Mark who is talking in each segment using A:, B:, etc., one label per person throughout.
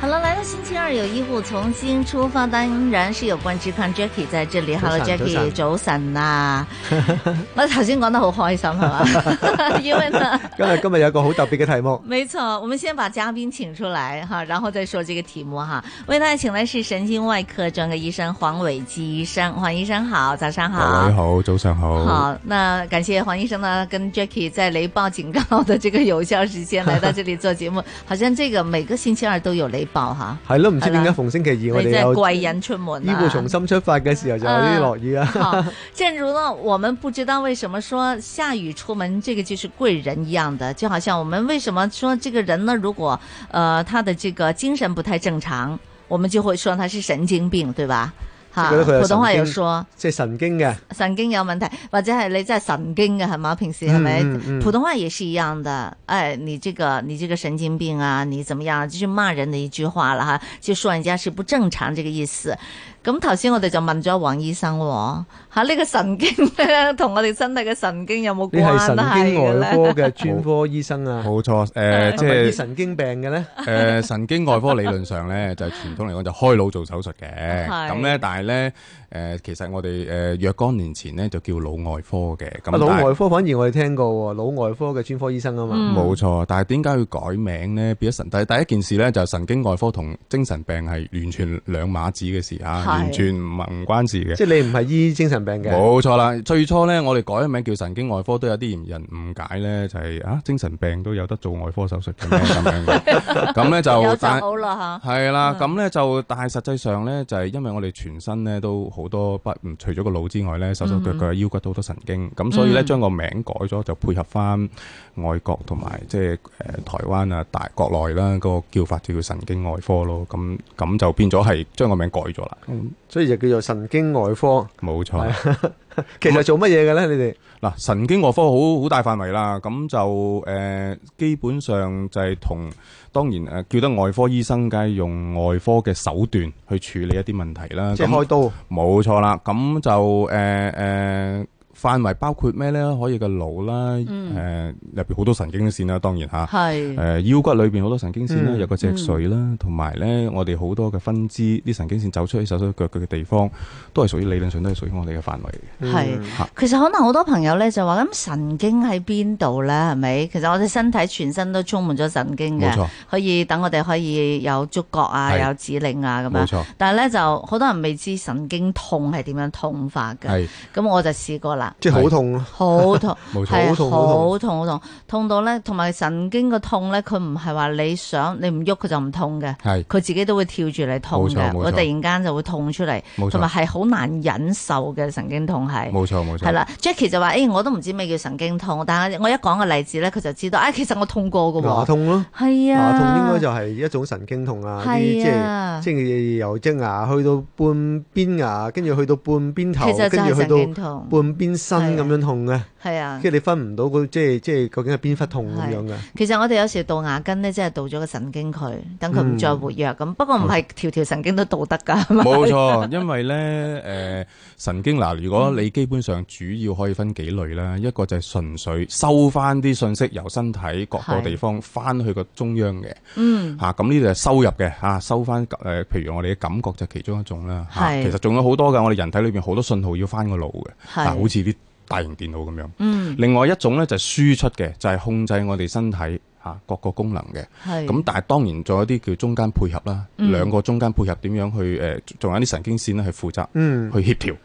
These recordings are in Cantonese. A: 好了，来到星期二，有醫護重新出發，當然是有關志康 Jackie 在這裏。Hello
B: 早晨
A: Jackie，早晨 啊！我頭先講得好開心係嘛？因為呢，
C: 今日今日有個好特別嘅題目，
A: 沒錯，我們先把嘉賓請出來哈，然後再說這個題目哈。為大家請來是神經外科專科醫生黃瑋基醫生，黃醫生好，早上好。
D: 好，早上好。
C: 嗯
A: 好，那感謝黃醫生呢，跟 Jackie 在雷暴警告的這個有效時間來到這裡做節目，好像這個每個星期二都有雷暴哈，
C: 係咯，唔
A: 係
C: 知
A: 啦
C: 點解逢星期二我
A: 你
C: 哋
A: 真係
C: 有
A: 貴人出門
C: 醫
A: 啊
C: 護！重新出發嘅時候就有呢啲落雨啊，
A: 好， 正如呢，我們不知道為什麼說下雨出門，這個就是貴人一樣的，就好像我們為什麼說這個人呢，如果呃他的這個精神不太正常，我們就會說他是神經病，對吧？哈，
C: 覺得佢有
A: 普通話
C: 神
A: 有
C: 經
A: 說。
C: 即係神經嘅，
A: 神經有問題，或者係你真係神經嘅係嘛？平時係咪？
C: 嗯嗯嗯
A: 普通話也是一樣的。哎，你這個你這個神經病啊，你怎麼樣？就是罵人的一句話啦哈，就說人家是不正常這個意思。咁頭先我哋就問咗黃醫生喎，嚇呢個神經咧同我哋身體嘅神經有冇
C: 你係
A: 關
C: 神
A: 係
C: 經
A: 嘅
C: 外
A: 咧？
C: 科嘅專科醫生啊，
D: 冇錯，誒、即
C: 係咪醫
D: 係
C: 神經病嘅咧？
D: 誒、神經外科理論上咧，就係傳統嚟講就開腦做手術嘅。
A: 係
D: 咁咧，但係咧，誒、其實我哋誒、若干年前咧就叫腦外科嘅。咁
C: 啊，
D: 但
C: 腦
D: 係
C: 外科反而我哋聽過喎，腦外科嘅專科醫生啊嘛，
D: 冇錯，但係點解要改名呢？變咗神，第第一件事呢，就係神經外科同精神病係完全兩碼子嘅事啊，
A: 係
D: 完全唔唔關事嘅。
C: 即係你唔係醫精神病嘅，
D: 冇錯啦，最初呢，我哋改名叫神經外科，都有啲人誤解呢，就係、啊精神病都有得做外科手術嘅咩咁樣嘅，咁呢
A: 有
D: 就
A: 就好啦嚇。
D: 係啦，咁咧就但係實際上咧，就係、因為我哋全身咧都好多不唔除咗個腦之外咧，手手腳腳、腰骨都好多神經，咁所以咧
A: 嗯
D: 將個名改咗，就配合翻外國同埋即係誒台灣啊大國內啦、個叫法就叫神經外科咯，咁咁就變咗係將個名改咗啦，
C: 所以就叫做神經外科。
D: 冇錯。
C: 其實做乜嘢嘅咧？
D: 嗱，神經外科好好大範圍啦，咁就誒、呃基本上就係同當然誒、呃叫得外科醫生，梗係用外科嘅手段去處理一啲問題啦。
C: 你哋即係
D: 咁
C: 開刀，
D: 冇錯啦，咁就誒誒、呃呃、範圍包括咩咧？可以個腦啦，
C: 嗯
D: 誒入邊好多神經線啦，當然嚇。誒、
A: 係
D: 腰骨裏邊好多神經線啦，
C: 嗯
D: 有個脊髓啦，同埋咧我哋好多嘅分支，啲神經線走出去手手腳腳嘅地方，都係屬於理論上都係屬於我哋嘅範圍嘅。
C: 嗯
A: 係。其實可能好多朋友咧就話咁神經喺邊度咧？係咪？其實我哋身體全身都充滿咗神
C: 嗯
A: 經嘅
D: 冇。錯，
A: 可以等我哋可以有觸覺啊，
D: 係
A: 有指令啊咁樣。
D: 冇錯，
A: 但係咧就好多人未知神經痛係點樣痛法嘅，
D: 係
A: 咁我就試過啦，
C: 即係好痛啊，
A: 好痛，
D: 冇錯。
A: 係啊
C: 好痛好痛
A: 好痛好痛，痛到咧，同埋神經嘅痛咧，佢唔係話你想你唔喐佢就唔痛嘅，
D: 係
A: 佢自己都會跳住嚟痛
D: 冇錯
A: 嘅，
D: 冇錯
A: 我突然間就會痛出嚟，
D: 冇
A: 同埋
D: 錯，
A: 係好難忍受嘅神經痛係。
D: 冇錯，冇錯，
A: 係啦，Jackie 就話：，誒、我都唔知咩叫神經痛，但係我一講個例子咧，佢就知道，啊，其實我痛過嘅
C: 牙
A: 喎，
C: 痛咯。
A: 係啊，
C: 牙痛應該就係一種神經痛啊，啲即
A: 係
C: 係
A: 啊，
C: 即係由隻牙去到半邊牙，跟住去到半邊頭，
A: 其實
C: 跟
A: 就係
C: 住去
A: 神
C: 到
A: 經痛，
C: 半邊身咁樣痛嘅，
A: 係啊
C: 跟。住你分唔到佢即係即係究竟係邊忽痛咁樣嘅，
A: 其實我哋有時倒牙根咧，即係倒咗個神經佢，等佢唔再活躍咁。不過唔係條條神經都倒得㗎，係咪？
D: 冇錯，因為咧，誒、神經嗱，
A: 嗯
D: 如果你基本上主要可以分幾類啦，一個就係純粹收翻啲信息由身體各個地方翻去個中央嘅，
A: 嗯，
D: 嚇咁呢度係收入嘅，嚇、收翻誒、譬如我哋嘅感覺就其中一種啦，嚇、
A: 係
D: 其實仲有好多嘅，我哋人體裏邊好多信號要翻個腦嘅，嗱、
A: 係
D: 好似啲大型電腦咁樣。
A: 嗯，
D: 另外一種咧就係、輸出嘅，就係、控制我哋身體嚇、各個功能嘅。
A: 係
D: 咁但係當然仲有啲叫中間配合啦，
A: 嗯
D: 兩個中間配合點樣去誒，仲有啲神經線咧去負責
C: 嗯，
D: 去協調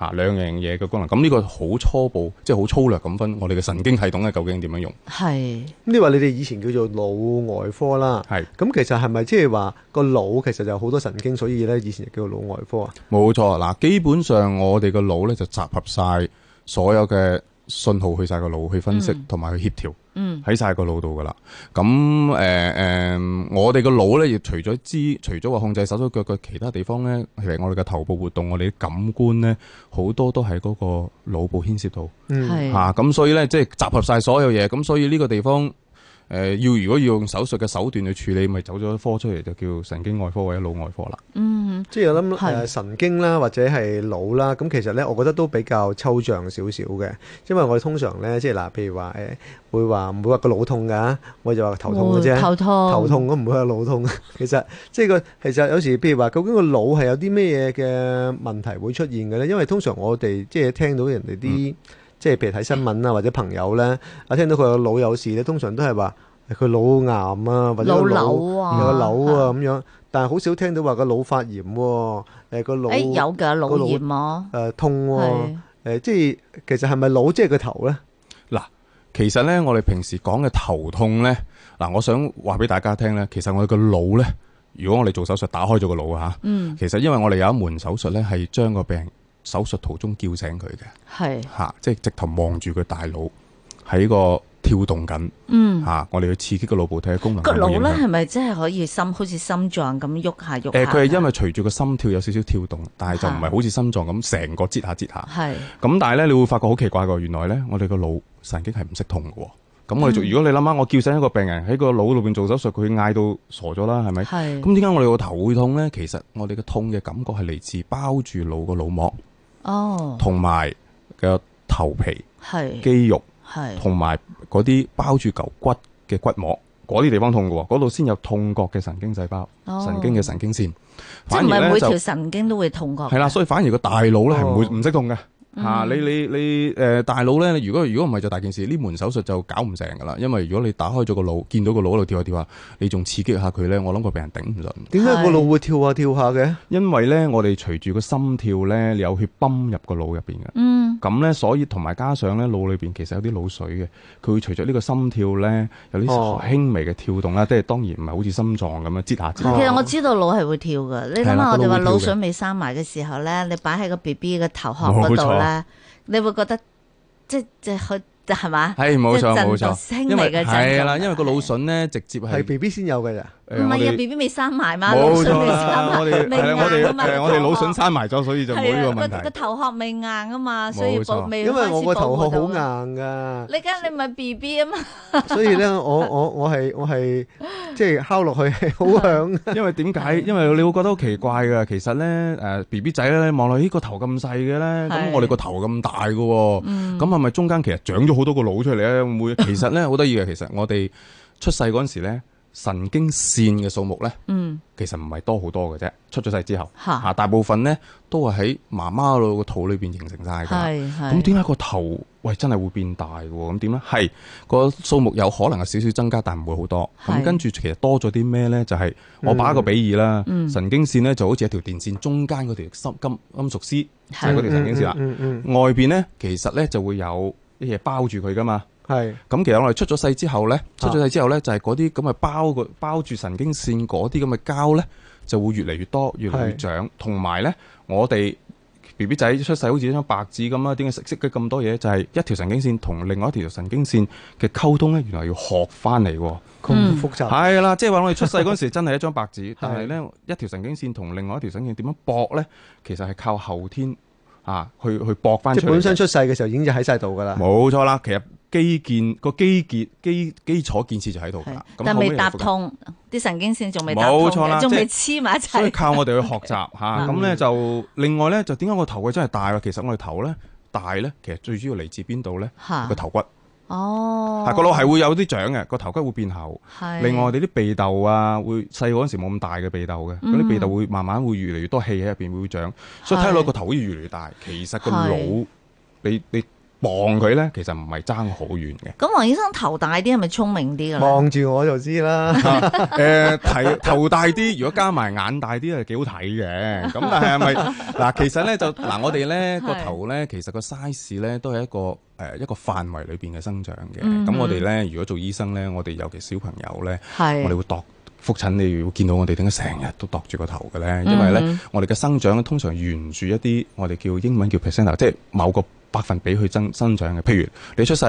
D: 嚇兩樣嘢嘅功能。咁呢個好初步，即係好粗略咁分，我哋嘅神經系統咧究竟點樣用？
A: 係
C: 咁你話你哋以前叫做腦外科啦，
D: 係
C: 咁其實係咪即係話個腦其實就有好多神經，所以咧以前就叫做腦外科啊？
D: 冇錯嗱，基本上我哋個腦咧就集合晒所有嘅信號去晒個腦去分析
A: 嗯
D: 同埋去協調。
A: 嗯
D: 喺晒個腦度噶啦。咁誒誒，我哋個腦咧，亦除咗知，除咗話控制手手腳腳其他地方咧，其實我哋嘅頭部活動，我哋啲感官咧，好多都喺嗰個腦部牽涉到
C: 嗯，
A: 係
D: 嚇。咁、所以咧，即係集合晒所有嘢，咁所以呢個地方。誒、要如果要用手術嘅手段去處理，咪走咗一科出嚟就叫神經外科或者腦外科啦。
A: 嗯
C: 即係我諗
A: 係
C: 誒神經啦，或者係腦啦，咁其實咧，我覺得都比較抽象少少嘅，因為我哋通常咧，即係嗱，譬如話誒，會話唔會話個腦痛㗎，我就話頭痛嘅啫。
A: 哦頭痛
C: 頭痛我唔會有腦痛。 其實即係個其實有時譬如話，究竟個腦係有啲咩嘢嘅問題會出現嘅咧？因為通常我哋即係聽到人哋啲、即係譬如睇新聞啊，或者朋友咧啊，聽到佢個腦有事咧，通常都係話哎佢腦癌啊，或者
A: 腦
C: 個腦
A: 瘤啊，
C: 有個瘤啊咁樣，但係好少聽到話個腦發炎喎，誒個
A: 係，誒
C: 腦
A: 哎有嘅
C: 個
A: 腦
C: 腦
A: 炎喎，
C: 誒痛喎，
A: 係
C: 誒即係其實係咪腦即係個頭咧？
D: 其實咧，我哋平時講嘅頭痛咧，嗱，我想話俾大家聽咧，其實我哋個腦咧，如果我哋做手術打開咗個腦啊
A: 嗯
D: 吓，其實因為我哋有一門手術咧，係將個病人手術途中叫醒佢嘅
A: 係
D: 吓，嚇即係直頭望住佢大腦喺個跳動緊
A: 嗯
D: 吓，。嚇我哋去刺激個腦部睇下功能
A: 個
D: 有
A: 腦
D: 冇
A: 啊
D: 影
A: 咧
D: 響。
A: 係咪真係可以心好似心臟咁喐下喐下
D: 誒，
A: 㗎？
D: 佢係因為隨住個心跳有少少跳動，但係就唔係
A: 嚇
D: 好似心臟咁成個擠下擠下。
A: 係
D: 咁但係咧，你會發覺好奇怪喎，原來咧，我哋個腦神經係唔識痛嘅喎。咁我哋做，
A: 嗯
D: 如果你諗下，我叫醒一個病人喺個腦裏邊做手術，佢嗌到傻咗啦，係咪？
A: 係
D: 咁點解我哋個頭會痛咧？其實我哋嘅痛嘅感覺係嚟自包住腦個腦膜，
A: 哦，
D: 同埋嘅頭皮、
A: 係
D: 肌肉，
A: 係
D: 同埋嗰啲包住嚿骨嘅骨膜。嗰啲地方痛嘅喎，嗰度先有痛覺嘅神經細胞、
A: 哦
D: 神經嘅神經線。
A: 即係
D: 反
A: 唔
D: 而
A: 係
D: 咧
A: 每
D: 就
A: 條神經都會痛覺？
D: 係啦，所以反而個大腦咧係唔會
C: 哦
D: 唔識痛嘅。
A: 嗯
D: 啊！你你你誒、大腦咧，如果如果唔係就大件事，呢門手術就搞唔成噶啦。因為如果你打開咗個腦，見到個腦喺度跳下跳下，你仲刺激下佢咧，我諗個病人頂唔順。
C: 點解個腦會跳下跳下嘅？
D: 因為咧，我哋隨住個心跳咧，有血泵入個腦入邊嘅。
A: 嗯
D: 咁咧，所以同埋加上咧，腦裏邊其實有啲腦水嘅，佢會隨着呢個心跳咧，有啲
C: 哦
D: 輕微嘅跳動啦，即係當然唔係好似心臟咁樣擠下擠
A: 其
D: 下。
C: 哦
A: 實我知道腦係會跳嘅，你諗
D: 係
A: 下
D: 啦
A: 我哋話
D: 個腦會跳
A: 腦
D: 嘅
A: 囟未生埋嘅時候咧，你擺喺個 B B 嘅頭殼嗰
D: 冇
A: 度
D: 錯
A: 咧，你會覺得即即佢係嘛？
D: 係冇錯
A: 即係
D: 冇
A: 震動
D: 錯，
A: 輕
D: 因
A: 微
D: 為
A: 嘅震
D: 係
A: 動
D: 啦，因為個腦筍咧直接係
C: 係 B B 先有嘅咋？
D: 誒
A: 唔係
D: 我
A: 啊
D: 哋
A: ，B B 未生埋嘛，腦
D: 冇
A: 囟
D: 錯
A: 未生
D: 啦，
A: 埋，
D: 我哋
A: 未
D: 係我
A: 硬啊
D: 哋
A: 嘛，
D: 誒我哋
A: 個
D: 腦
A: 殼
D: 筍生埋咗，所以就冇呢個問
A: 係啊個
D: 題。
A: 頭殼未硬啊嘛，所以
D: 冇
A: 保
D: 錯
A: 未
C: 因為
A: 開
C: 我
A: 始保
C: 個頭
A: 護到
C: 殼好
A: 㗎。
C: 硬㗎。
A: 你梗係你唔係 B B 啊嘛，
C: 所以咧， 我我我係我係即係敲 落去係好響，
D: 因為點解？因為你會覺得好奇怪嘅。其實咧，誒 B B 仔咧望落，咦個頭咁細嘅咧，
A: 係嗯
D: 咁我哋個頭咁大嘅喎，咁係咪中間其實長咗好多個腦出嚟咧？會唔會其實咧好得意嘅。其實我哋出世嗰陣時咧，神經線嘅數目咧，
A: 嗯
D: 其實唔係多好多嘅啫。出咗世之後，
A: 嚇
D: 嚇大部分咧都係喺媽媽個肚裏邊形成晒㗎。
A: 嗯係係
D: 咁點解個頭喂真係會變大嘅喎？咁點咧？係個數目有可能係少少增加，但唔會好多。
A: 係
D: 咁跟住其實多咗啲咩咧？就係、我把一個比喻啦，
A: 嗯
D: 神經線咧就好似一條電線，中間嗰條金金金屬絲就
A: 係
D: 係嗰條神經線啦。
C: 嗯嗯，
D: 外邊咧其實咧就會有啲嘢包住佢噶嘛。
C: 嗯係
D: 咁其實我哋出咗世之後
C: 啊
D: 咧，出咗世之後咧就係嗰啲咁嘅包個包住神經線嗰啲咁嘅膠咧，就會越嚟越多，越嚟越
C: 係
D: 長。同埋咧，我哋 B B 仔出世好似一張白紙咁啦，啊點解識識得咁多嘢？就係、一條神經線同另外一條神經線嘅溝通咧，原來要學翻嚟喎。
C: 咁複雜，
D: 係啦，即係話我哋出世嗰陣時真係一張白 紙，但係咧一條神經線同另外一條神經線點樣駁咧，其實係靠後天啊去去駁翻
C: 即係
D: 出嚟
C: 本身
D: 嘅。
C: 出世嘅時候已經就喺晒度㗎
A: 啊
C: 啦。
D: 冇錯啦，其實基建個基建基基礎建設就喺度㗎
A: 係
D: 啦，啊咁
A: 但
D: 後尾
A: 未
D: 又
A: 搭
D: 複雜。
A: 通，啲神經線仲未搭通
D: 冇錯
A: 嘅，
D: 啦
A: 仲未黐
D: 即
A: 埋一
D: 所以
A: 齊。
D: 靠我哋去學習嚇，
A: 嗯
D: 咁咧就另外咧就點解個頭佢真係大啊？其實我哋頭咧大咧，其實最主要嚟自邊度咧？
A: 嚇
D: 個頭骨，
A: 哦，
D: 嚇個腦係會有啲長嘅，個頭骨會變厚。
A: 係
D: 另外我哋啲鼻竇啊，會細個嗰陣時冇咁大嘅鼻竇嘅，
A: 嗯
D: 嗰啲鼻竇會慢慢會越嚟越多氣喺入邊會長，所以睇落個頭好似越嚟越大，其實個腦你你望佢咧，其實唔係爭好遠嘅。
A: 咁黃醫生頭大啲係咪聰明啲㗎啦？
C: 望住我就知 啦，
D: 誒睇頭大啲，如果加埋眼大啲係幾好 睇嘅。咁但係係咪嗱？其實咧就嗱，我哋咧個
A: 係
D: 頭咧，其實個 size 咧都係一個誒、一個範圍裏邊嘅生長嘅。咁、
A: 嗯哼
D: 我哋咧，如果做醫生咧，我哋尤其小朋友咧，我哋
A: 係
D: 會度。覆診你會見到我哋點解成日都度住個頭嘅咧？因為咧，
A: 嗯
D: 我哋嘅生長通常沿住一啲我哋啊叫英文叫 percentile，即係某個百分比去增生長嘅。譬如你出世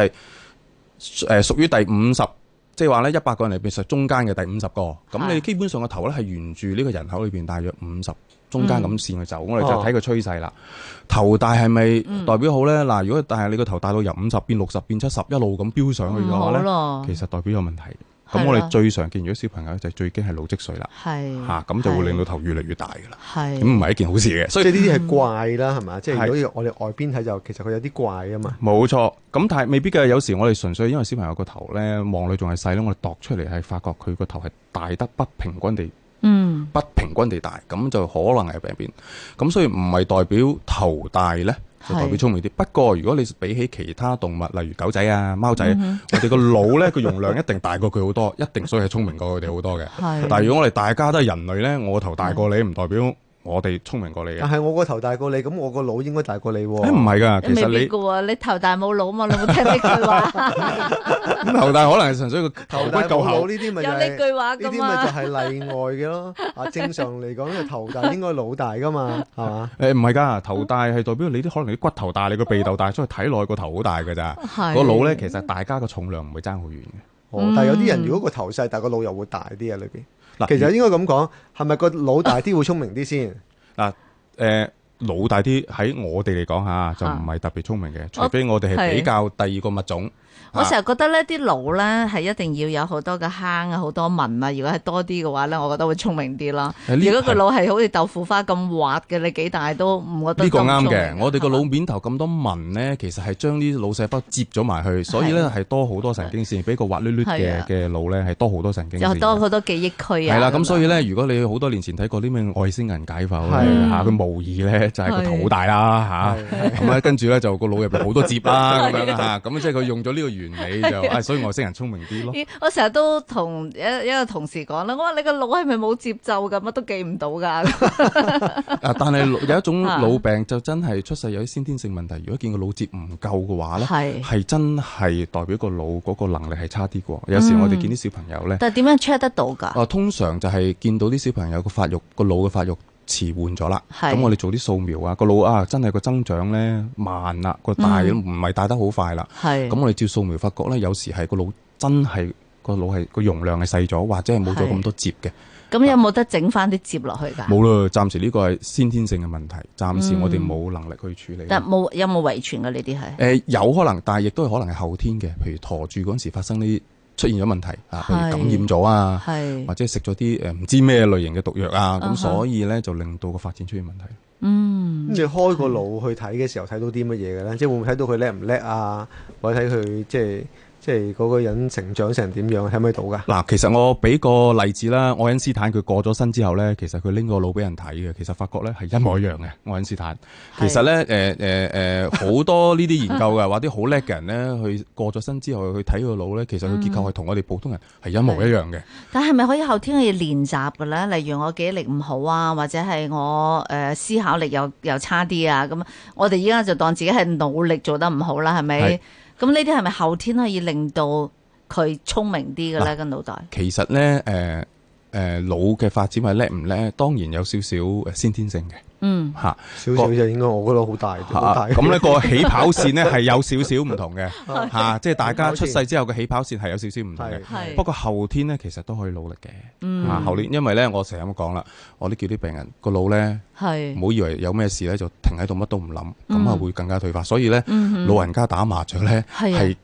D: 誒屬於第五十，即係話咧一百個人入邊實中間嘅第五十個。咁
A: 係
D: 你基本上個頭咧係沿住呢個人口裏邊大約五十中間咁
A: 嗯
D: 線去走，我哋就
C: 哦
D: 睇個趨勢啦。頭大係咪
A: 嗯
D: 代表好咧？嗱，如果但係你個頭大到由五十變六十變七十一路咁飆上去
A: 唔
D: 嘅話
A: 好
D: 咧，
A: 咯，
D: 其實代表有問題。
A: 係
D: 咁我
A: 啦
D: 哋最常見如果小朋友就係最驚係腦積水啦，
A: 係
D: 嚇咁就會令到頭越嚟越大噶啦，咁
A: 嗯係嗯
D: 唔係一件好事嘅。所以
C: 即係呢啲係怪啦，係嘛？即係
D: 係
C: 如果我哋外邊睇就其實佢有啲怪啊嘛。
D: 冇錯，咁但係未必嘅。有時我哋純粹因為小朋友個頭咧望落仲係細咧，我哋度出嚟係發覺佢個頭係大得不平均地
A: 嗯
D: 不平均地大，咁就可能係病變。咁所以唔係代表頭大咧，就代表聰明啲。不過如果你比起其他動物，例如狗仔啊、貓仔，我哋個腦咧個容量一定大過佢好多，一定所以係聰明過佢哋好多嘅。
A: 係，
D: 但係如果我哋大家都係人類咧，我頭大過你，唔代表我哋聰明過你嘅。
C: 但係我個頭大過你，咁我個腦應該大過你喎。
D: 誒唔係㗎，其
A: 未
D: 實
A: 必
D: 你
A: 噶喎，你頭大冇腦嘛， 你有冇聽呢句話？
D: 頭大可能係純粹個頭
C: 頭
D: 骨
C: 大
D: 夠
C: 冇
D: 厚
C: 腦。呢啲咪就
A: 有呢
C: 係
A: 句話
C: 呢啲
A: 噶
C: 咪就
A: 嘛？
C: 係例外嘅咯。啊，正常嚟講，呢個頭大應該腦大噶嘛，係 嘛？
D: 誒唔係㗎，頭大係代表你啲可能你骨頭大，你個鼻竇大，所以睇落去個頭好大㗎咋。
A: 係
D: 個腦咧其實大家個重量唔會爭好遠嘅。
C: 哦，但係有啲人如果個頭細，但係個腦又會大啲啊，裏邊。
D: 嗱，
C: 其實應該咁講，係咪個腦大啲會聰明啲先？
D: 誒腦呃大啲喺我哋嚟講
A: 啊
D: 嚇，就唔係特別聰明
A: 哦
D: 嘅，除非我哋係比較第二個物種。
A: 我
D: 啊
A: 成日覺得呢啲腦咧係一定要有好多嘅坑啊，好多紋啊。如果係多啲嘅話咧，我覺得會聰明啲啦。
D: 誒呢
A: 如果個
D: 係
A: 腦係好似豆腐花咁滑嘅，你幾大都唔覺得
D: 呢個
A: 咁
D: 啱
A: 聰
D: 嘅，
A: 明啊
D: 我哋個
A: 係
D: 腦
A: 嘛
D: 面頭咁多紋咧，其實係將啲腦細胞接咗埋去，所以咧係多好多神經線，比個滑捋捋
A: 係
D: 嘅
A: 啊
D: 嘅腦咧係多好多神經
A: 有
D: 線。
A: 多好多記憶區啊。
D: 係啦，咁
A: 樣
D: 所以咧，如果你好多年前睇過啲咩外星人解剖咧
A: 係
D: 嚇，佢模擬咧就係個
A: 係
D: 肚大啦
C: 係
D: 嚇，咁啊咧跟住咧就個腦入邊好多節啦咁
A: 係
D: 樣嚇，咁即係佢用咗呢個原理就，啊所以外星人聰明啲咯。
A: 咦我成日都同一一個同事講啦，我話你個腦係咪冇節奏㗎？乜都記唔到㗎。
D: 啊，但係 腦有一種
A: 啊
D: 腦病就真係出世有啲先天性問題，如果見個腦接唔夠嘅話咧，
A: 係
D: 係真係代表個腦嗰個能力係差啲嘅喎。有時我哋見啲小朋友咧，
A: 但係點樣 check 嗯得到㗎？
D: 啊通常就係見到啲小朋友個發育個腦嘅發育遲緩咗啦，
A: 係
D: 咁我哋做啲掃描啊，個腦啊真係個增長咧慢啦，個大
A: 嗯
D: 唔係大得好快啦，
A: 係
D: 咁我哋照掃描發覺咧，有時係個腦真係個腦係個容量係細咗，或者係冇咗
A: 係
D: 咁多接嘅。
A: 咁有冇得整翻啲接落去㗎？
D: 冇啦，暫時呢個係先天性嘅問題，暫時
A: 嗯
D: 我哋冇能力去處理。
A: 但
D: 誒、
A: 冇有冇遺傳㗎？呢啲係
D: 呃有可能，但係亦都可能係後天嘅，譬如陀住嗰陣時發生呢啲出現咗問題啊，譬
A: 係
D: 如感染咗啊，
A: 係
D: 或者食咗啲呃誒唔知咩類型嘅毒藥啊，
A: 啊哈
D: 咁所以咧就令到個發展出現問題。
A: 嗯
C: 咁你開個腦去睇嘅時候，睇到啲乜嘢嘅咧？即係會唔會睇到佢叻唔叻啊？或者睇佢即係即係嗰個人成長成點樣，睇唔睇到㗎？
D: 嗱，其實我俾個例子啦，愛因斯坦佢過咗身之後咧，其實佢拎個腦俾人睇嘅，其實發覺咧係一模一樣嘅愛因斯坦。其實呃咧，誒誒誒，好多呢啲研究嘅，話啲好叻嘅人咧，去過咗身之後去睇個腦咧，其實佢結構係同我哋普通人係一模一樣嘅。
A: 但係咪可以後天去練習嘅咧？例如我記憶力唔好啊，或者係我誒、呃思考力又又差啲啊，咁我哋依家就當自己係努力做得唔好啦，係咪
D: 係？
A: 咁呢啲係咪後天可以令到佢聰明啲嘅咧？個腦袋
D: 其實咧，誒誒腦嘅發展係叻唔叻，當然有少少誒先天性嘅
A: 嗯
D: 嚇。
C: 少少就應該，我覺得好大好大。
D: 咁呢個起跑 線咧係有少少唔同嘅
C: 係
D: 嚇，即係大家出世之後嘅起跑線係有少少唔同嘅。
A: 係
D: 不過後天咧其實都可以努力嘅嚇，
A: 嗯
D: 後天因為咧我成日咁講啦，我都叫啲病人個腦咧。
A: 係
D: 唔好以為有咩事咧就停喺度乜都唔諗，
A: 嗯
D: 咁啊會更加退化。所以咧，
A: 嗯哼
D: 老人家打麻雀咧
A: 係啊
D: 係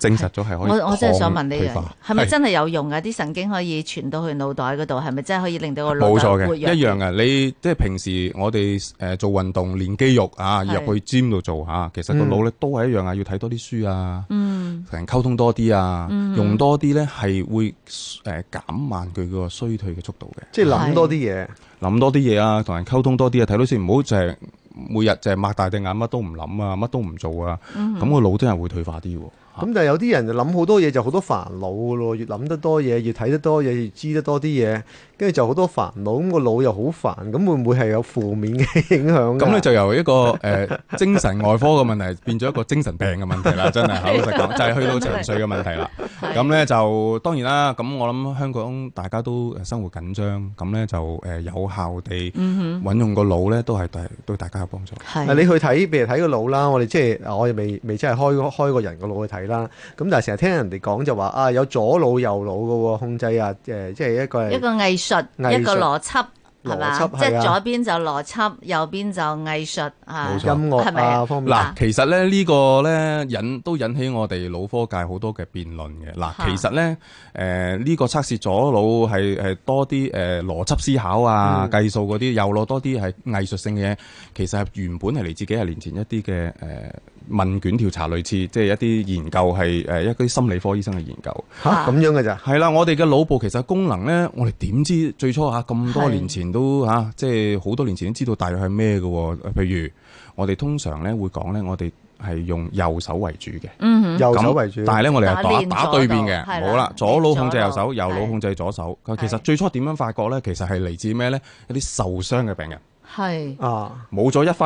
D: 證實咗係可以
A: 我我真係想問呢
D: 抗退
A: 樣
D: 化，
A: 係咪
D: 係
A: 真係有用啊？啲神經可以傳到去腦袋嗰度，係咪真係可以令到個腦
D: 冇
A: 袋
D: 錯
A: 活
D: 嘅，
A: 躍
D: 一
A: 啲
D: 樣嘅。你即係平時我哋誒做運動練肌肉啊，
A: 係
D: 入去 gym 度做嚇，其實個腦咧都係一樣啊，要睇多啲書啊，
A: 嗯
D: 同人溝通多啲啊
A: 嗯，
D: 用多啲咧係會誒減慢佢個衰退嘅速度嘅。
C: 即係諗多啲嘢。
D: 諗多啲嘢啊，同人溝通多啲啊，睇到先，唔好就係每日就係擘大隻眼，乜都唔諗啊，乜都唔做啊，
A: 嗯
D: 咁個腦真係會退化啲喎。
C: 咁但係有啲人就諗好多嘢就好多煩惱嘅咯，越諗得多嘢，越睇得多嘢，越知得多啲嘢，跟住就好多煩惱，咁個腦又好煩，咁會唔會係有負面嘅影響㗎？
D: 咁咧就由一個誒、呃精神外科嘅問題變咗一個精神病嘅問題啦，真係啊老實講，就係去到情緒嘅問題啦。咁咧就當然啦，咁我諗香港大家都誒生活緊張，咁咧就誒、呃有效地
A: 嗯
D: 運用個腦咧，都係對對大家有幫助。
C: 啊
A: 係
C: 你去睇，譬如睇個腦啦，我哋即係啊我哋未未真係開開個人個腦去睇體啦。咁但係成日聽人哋講就話啊，有左腦右腦嘅喎控制啊，誒、即係一個
A: 一
C: 係
A: 個藝術，
C: 藝術
A: 一個邏輯，係嘛？
C: 邏輯
A: 即
C: 係
A: 係
C: 啊
A: 左邊就邏輯，右邊就藝術啊
D: 冇。錯
C: 音樂
A: 係咪啊
C: 啊方面。
A: 啊
D: 嗱，其實咧呢個咧引都引起我哋腦科界好多嘅辯論嘅。嗱，
A: 嚇
D: 其實咧誒呢個測試左腦係誒多啲誒邏輯思考啊、
A: 嗯
D: 計數嗰啲，右腦多啲係藝術性嘅嘢。其實係原本係嚟自幾廿年前一啲嘅誒問卷調查，類似即係一啲研究係誒一啲心理科醫生嘅研究。
A: 啊
C: 吓咁樣嘅咋？
D: 係啦，我哋嘅腦部其實功能咧，我哋點知最初嚇咁多年前都嚇、即係好多年前都知道大約係咩嘅喎？譬如我哋通常咧會講咧，我哋係用右手為主嘅，
A: 嗯哼，
C: 右
D: 咁
C: 手為主，
D: 但係咧我哋
A: 打練
D: 係打打
A: 左
D: 對
A: 度
D: 面
A: 係啦
D: 嘅，冇啦，左腦控制右
A: 左
D: 手，
A: 腦
D: 右
A: 係
D: 腦控制左手。其實
A: 係
D: 最初點樣發覺咧？其實係嚟自咩咧？一啲受傷嘅病人
A: 係
C: 啊，
D: 冇咗一忽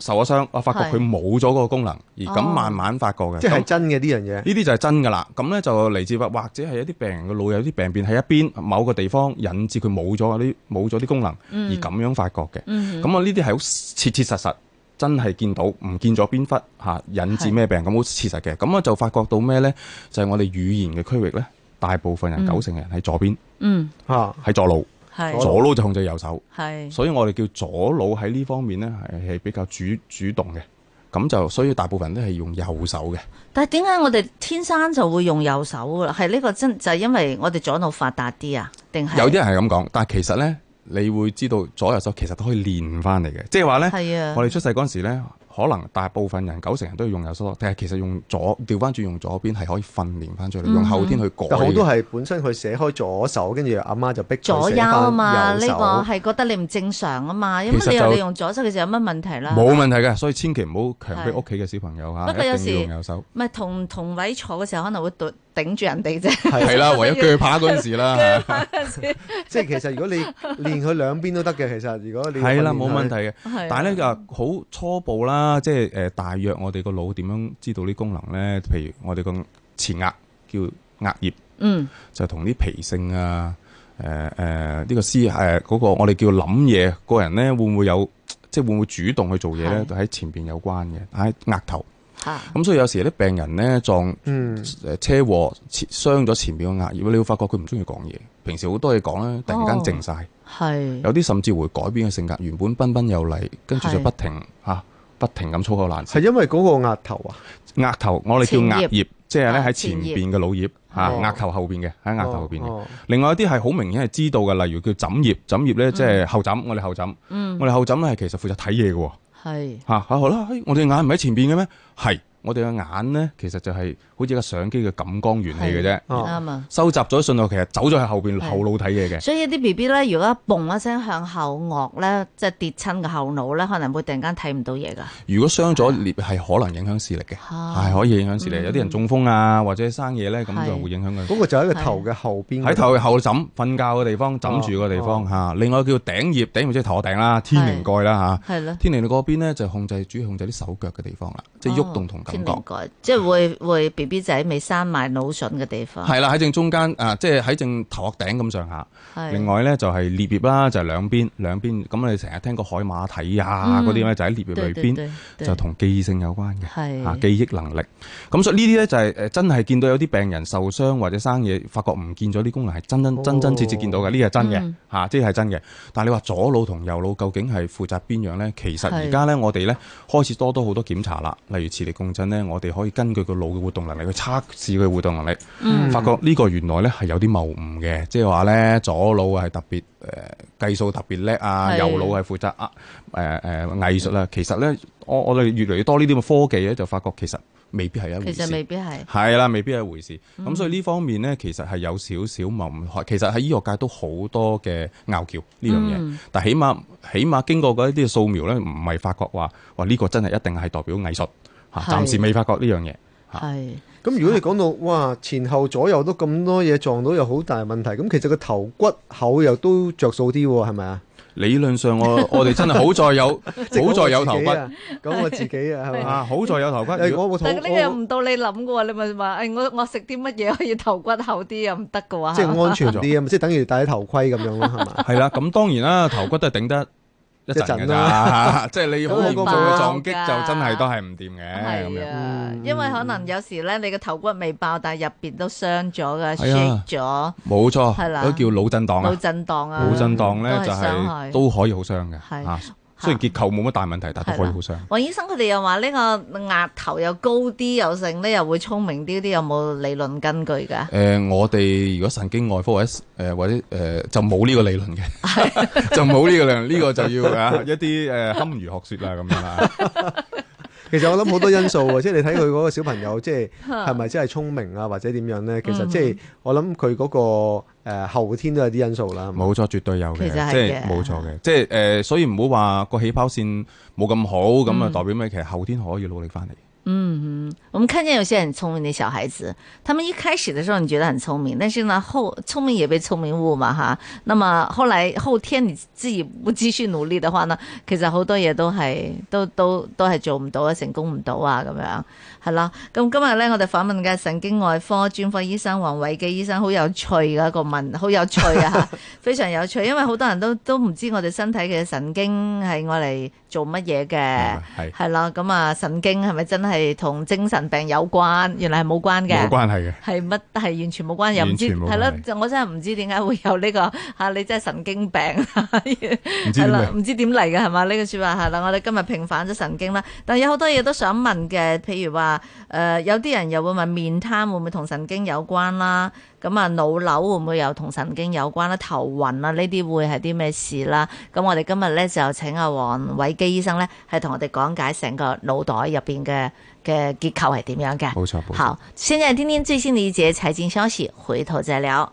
D: 受咗傷，我發
A: 係
D: 覺佢冇咗個功能，而咁
A: 哦
D: 慢慢發覺嘅。
C: 即
D: 咁
C: 係真嘅呢樣嘢。
D: 呢啲就係真㗎啦。咁咧就嚟自或或者係一啲病人嘅腦有啲病變喺一邊某個地方，引致佢冇咗嗰啲冇咗啲功能，而咁樣發覺嘅。
A: 嗯
D: 咁啊，呢啲係好切切實實。真係見到唔見咗邊忽嚇，引致咩病咁好切實嘅，咁啊就發覺到咩呢？就係、我哋語言嘅區域呢，大部分
A: 嗯
D: 人九成人喺左邊，
A: 嗯
C: 吓
D: 喺左腦，
A: 係
D: 左腦就控制右手，
A: 係
D: 所以我哋叫左腦喺呢方面呢，係係比較主主動嘅，咁就所以大部分人都係用右手嘅。
A: 但係點解我哋天生就會用右手噶啦？係呢個真就係因為我哋左腦發達啲啊？定係
D: 有啲人係咁講，但係其實咧，你會知道左右手其實都可以練翻嚟嘅，即係話咧，
A: 係啊？
D: 我哋出世嗰陣時咧，可能大部分人九成人都要用右手，但係其實用左調翻轉用左邊係可以訓練翻出
A: 嗯
D: 嚟，用後天去改嘅。
C: 但好
A: 啊
C: 多係本身佢寫開左手，跟住阿媽就逼
A: 左
C: 佢寫
A: 優啊嘛，
C: 翻
A: 呢
C: 右手。
A: 個係覺得你唔正常啊嘛，因為
D: 其實
A: 你
D: 就
A: 又你用左手嘅時候有乜問題啦？
D: 冇問題嘅，所以千祈唔好強迫
A: 係
D: 屋企嘅小朋友嚇，
A: 不過有
D: 一
A: 時
D: 定要用 右手。
A: 唔係同同位坐嘅時候可能會對頂住人哋 啫，
D: 係啦，唯有鋸扒嗰陣 時啦， 係
C: 即係其實如果你 練佢兩邊都得嘅，其實如果你
D: 係啦，冇問題
C: 題。
D: 嘅。
A: 但
D: 但係咧就好初步啦，即係誒大約我哋個腦點樣知道啲功能咧？譬如我哋個前額叫額葉。
A: 嗯
D: 就同啲脾性啊，誒誒呢個思誒呃嗰、個我哋叫諗嘢，個人咧會唔會有即係會唔會主動去做嘢咧？
A: 係
D: 就喺前邊有關嘅，喺額頭。
A: 嚇
D: 咁所以有時啲病人咧撞
C: 嗯，
D: 誒車禍切傷咗前邊個額葉，你會發覺佢唔中意講嘢，平時好多嘢講咧，突然間靜晒，
A: 哦係
D: 有啲甚至會改變嘅性格，原本彬彬有禮，跟住就
A: 係
D: 不停嚇、啊不停咁粗口爛舌
C: 係。因為嗰個額頭啊，
D: 額頭我哋叫
A: 前葉
D: 額葉，即係咧
A: 啊
D: 喺前
A: 前葉
D: 邊嘅腦葉嚇，
A: 哦
D: 額頭後邊嘅喺額頭後邊嘅。
C: 哦
D: 另外一啲係好明顯係知道嘅，例如叫枕葉，枕葉咧即係後枕，我哋後枕，
A: 嗯
D: 我哋後枕咧係其實負責睇嘢嘅喎，
A: 係
D: 嚇、啊好啦，嘿我哋眼唔喺前邊嘅咩？係，我哋嘅眼咧其實就係好似個相機嘅感光元器嘅啫，
C: 哦哦
A: 啱啊！
D: 收集咗信號，其實走咗去後邊
A: 係
D: 後腦睇嘢嘅。
A: 所以啲 B B 咧，如果嘣一聲向後惡咧，即係跌親個後腦咧，可能會突然間睇唔到嘢噶。
D: 如果傷咗裂係可能影響視力嘅，
A: 啊
D: 係可以影響視力。有啲人中風啊或者生嘢咧，咁就
A: 係
D: 會影響佢。
C: 嗰個就喺個頭嘅後邊嗰度。
D: 喺頭後枕瞓覺嘅地方，枕住個地
C: 哦
D: 方嚇。另外叫頂葉，頂葉即係頭頂啦，天靈蓋啦嚇。
A: 係咯。
D: 天靈嗰邊咧就控制主要控制啲手腳嘅地方啦，即係喐動同感
A: 哦天
D: 覺
A: 靈。蓋，即係會會 B B 仔未生埋腦筍嘅地方。
D: 係啦，喺正中間啊，即係喺正頭殼頂咁上下。
A: 係
D: 另外咧就係裂葉啦，就係兩邊兩邊。咁你成日聽過海馬體啊
A: 嗯
D: 嗰啲咧，就喺裂葉裏
A: 對對
D: 邊，
A: 對對
D: 就同記性有關嘅。
A: 係
D: 啊，記憶能力，咁所以呢啲咧就係誒真係見到有啲病人受傷或者生嘢，發覺唔見咗啲功能係真真真真切切見到嘅，呢個係真嘅
A: 哦嗯
D: 嚇，即係真嘅。但係你話左腦同右腦究竟係負責邊樣咧？其實
A: 係
D: 而家咧我哋咧開始多多好多檢查啦，例如磁力共振咧，我哋可以根據個腦嘅活動能力去測試佢活動能力，
A: 嗯
D: 發覺呢個原來咧係有啲謬誤嘅，即係話咧左腦係特別誒計數特別叻啊，
A: 係
D: 右腦係負責啊誒誒藝術啦。其實咧，我我哋越嚟越多呢啲咁嘅科技咧，就發覺其實未必係一回
A: 其實未嗯
D: 事。
A: 必係
D: 係啦，未必係一回事。咁、所以呢方面咧，其實係有少少謬誤。其實喺醫學界都好多嘅拗撬呢樣嘢，
A: 嗯
D: 但起碼起碼經過嗰一啲掃描咧，唔係發覺話哇呢、個真係一定係代表藝術嚇，
A: 係
D: 暫時未發覺呢樣嘢。
A: 係
C: 咁如果你講到哇前後左右都咁多嘢撞到，有好大問題。咁其實個頭骨厚又都着數啲喎，係咪啊？
D: 理論上我我哋真係好在 有
C: 即係
D: 好在有頭骨
C: 講我自己啊，講我自己啊，係咪？
D: 啊，好在有頭骨。
C: 啊誒
D: 如果
C: 我個肚
A: 但係呢個又
C: 我
A: 唔到你諗嘅喎，你咪話誒我我食啲乜嘢可以頭骨厚啲又唔得嘅喎，
C: 即
A: 係嘛
C: 係安全啲啊嘛，即係等於戴頭盔咁樣咯，係嘛？
D: 係啦，咁當然啦，頭骨都係頂得一陣
C: 一
D: 㗎
C: 陣
D: 咋， 即係你好嚴
C: 都會
D: 重嘅
A: 爆
D: 撞擊
A: 㗎
D: 就真係都係唔掂嘅咁
A: 啊係
D: 樣。
A: 啊
C: 嗯，
A: 因為可能有時咧，你嘅頭骨未爆，但係入邊都傷咗嘅
D: 係啊
A: ，shake 咗，
D: 冇錯，
A: 係啦
D: 嗰叫腦震盪
A: 腦
D: 啊，
A: 震盪啊，
D: 腦震盪
A: 都
D: 咧
A: 係
D: 就
A: 傷害
D: 係都可以好傷嘅
A: 係
D: 嚇。雖然結構冇乜大問題，但都可以好傷。
A: 黃醫生佢哋又話呢個額頭又高啲又剩咧，又會聰明啲啲，有冇理論根據㗎？
D: 誒、我哋如果神經外科或者誒、或者誒、就冇呢個理論嘅， 就冇呢個理論，呢、個就要啊一啲誒、堪輿學説啦咁樣啦。
C: 其實我諗好多因素 喎，即係你睇佢嗰個小朋友，即係係咪真係聰明啊，或者點樣咧？其實即
A: 嗯
C: 係我諗佢嗰個誒後天都有啲因素啦。
D: 冇錯，絕對有
A: 其
D: 嘅，
A: 實係嘅
D: 即係冇錯嘅，即係誒、所以唔好話個起跑線冇咁好，咁啊
A: 嗯
D: 代表咩？其實後天可以努力翻嚟。
A: 嗯哼，我们看见有些很聪明的小孩子，他们一开始的时候你觉得很聪明，但是呢后聪明也被聪明误嘛哈。那么后来后天你自己不继续努力的话呢，其實好多嘢都係都都都係做唔到啊，成功唔到啊咁樣係啦。咁今日咧我哋訪問嘅神經外科專科醫生黃偉基醫生好有趣嘅一個問，好有趣啊，嚇 非常有趣，因為好多人都都唔知我哋身體嘅神經係我嚟做乜嘢嘅。
D: 係
A: 系啦，咁啊，神經係咪真係同精神病有關？原來係冇關
D: 冇
A: 嘅，
D: 關係嘅。
A: 係乜係完全冇關，又唔知
D: 完全冇關
A: 係咯
D: 係，
A: 就我真係唔知點解會有呢、個吓、你真係神經病，啊
D: 唔知
A: 係
D: 點
A: 啦，
D: 嚟
A: 唔知點嚟嘅係嘛？呢、個说話係啦，我哋今日平反咗神經啦，但有好多嘢都想問嘅，譬如話诶、呃有啲人又會問面癱會唔會同神經有關啦？咁啊，腦瘤會唔會又同神經有關啦？頭暈啊，呢啲會係啲咩事啦？咁我哋今日咧就請阿黃偉基醫生咧，係同我哋講解成個腦袋入邊嘅嘅結構係點樣嘅。
D: 冇錯冇錯。
A: 好，現在聽聽最新的一節財經消息，回頭再聊。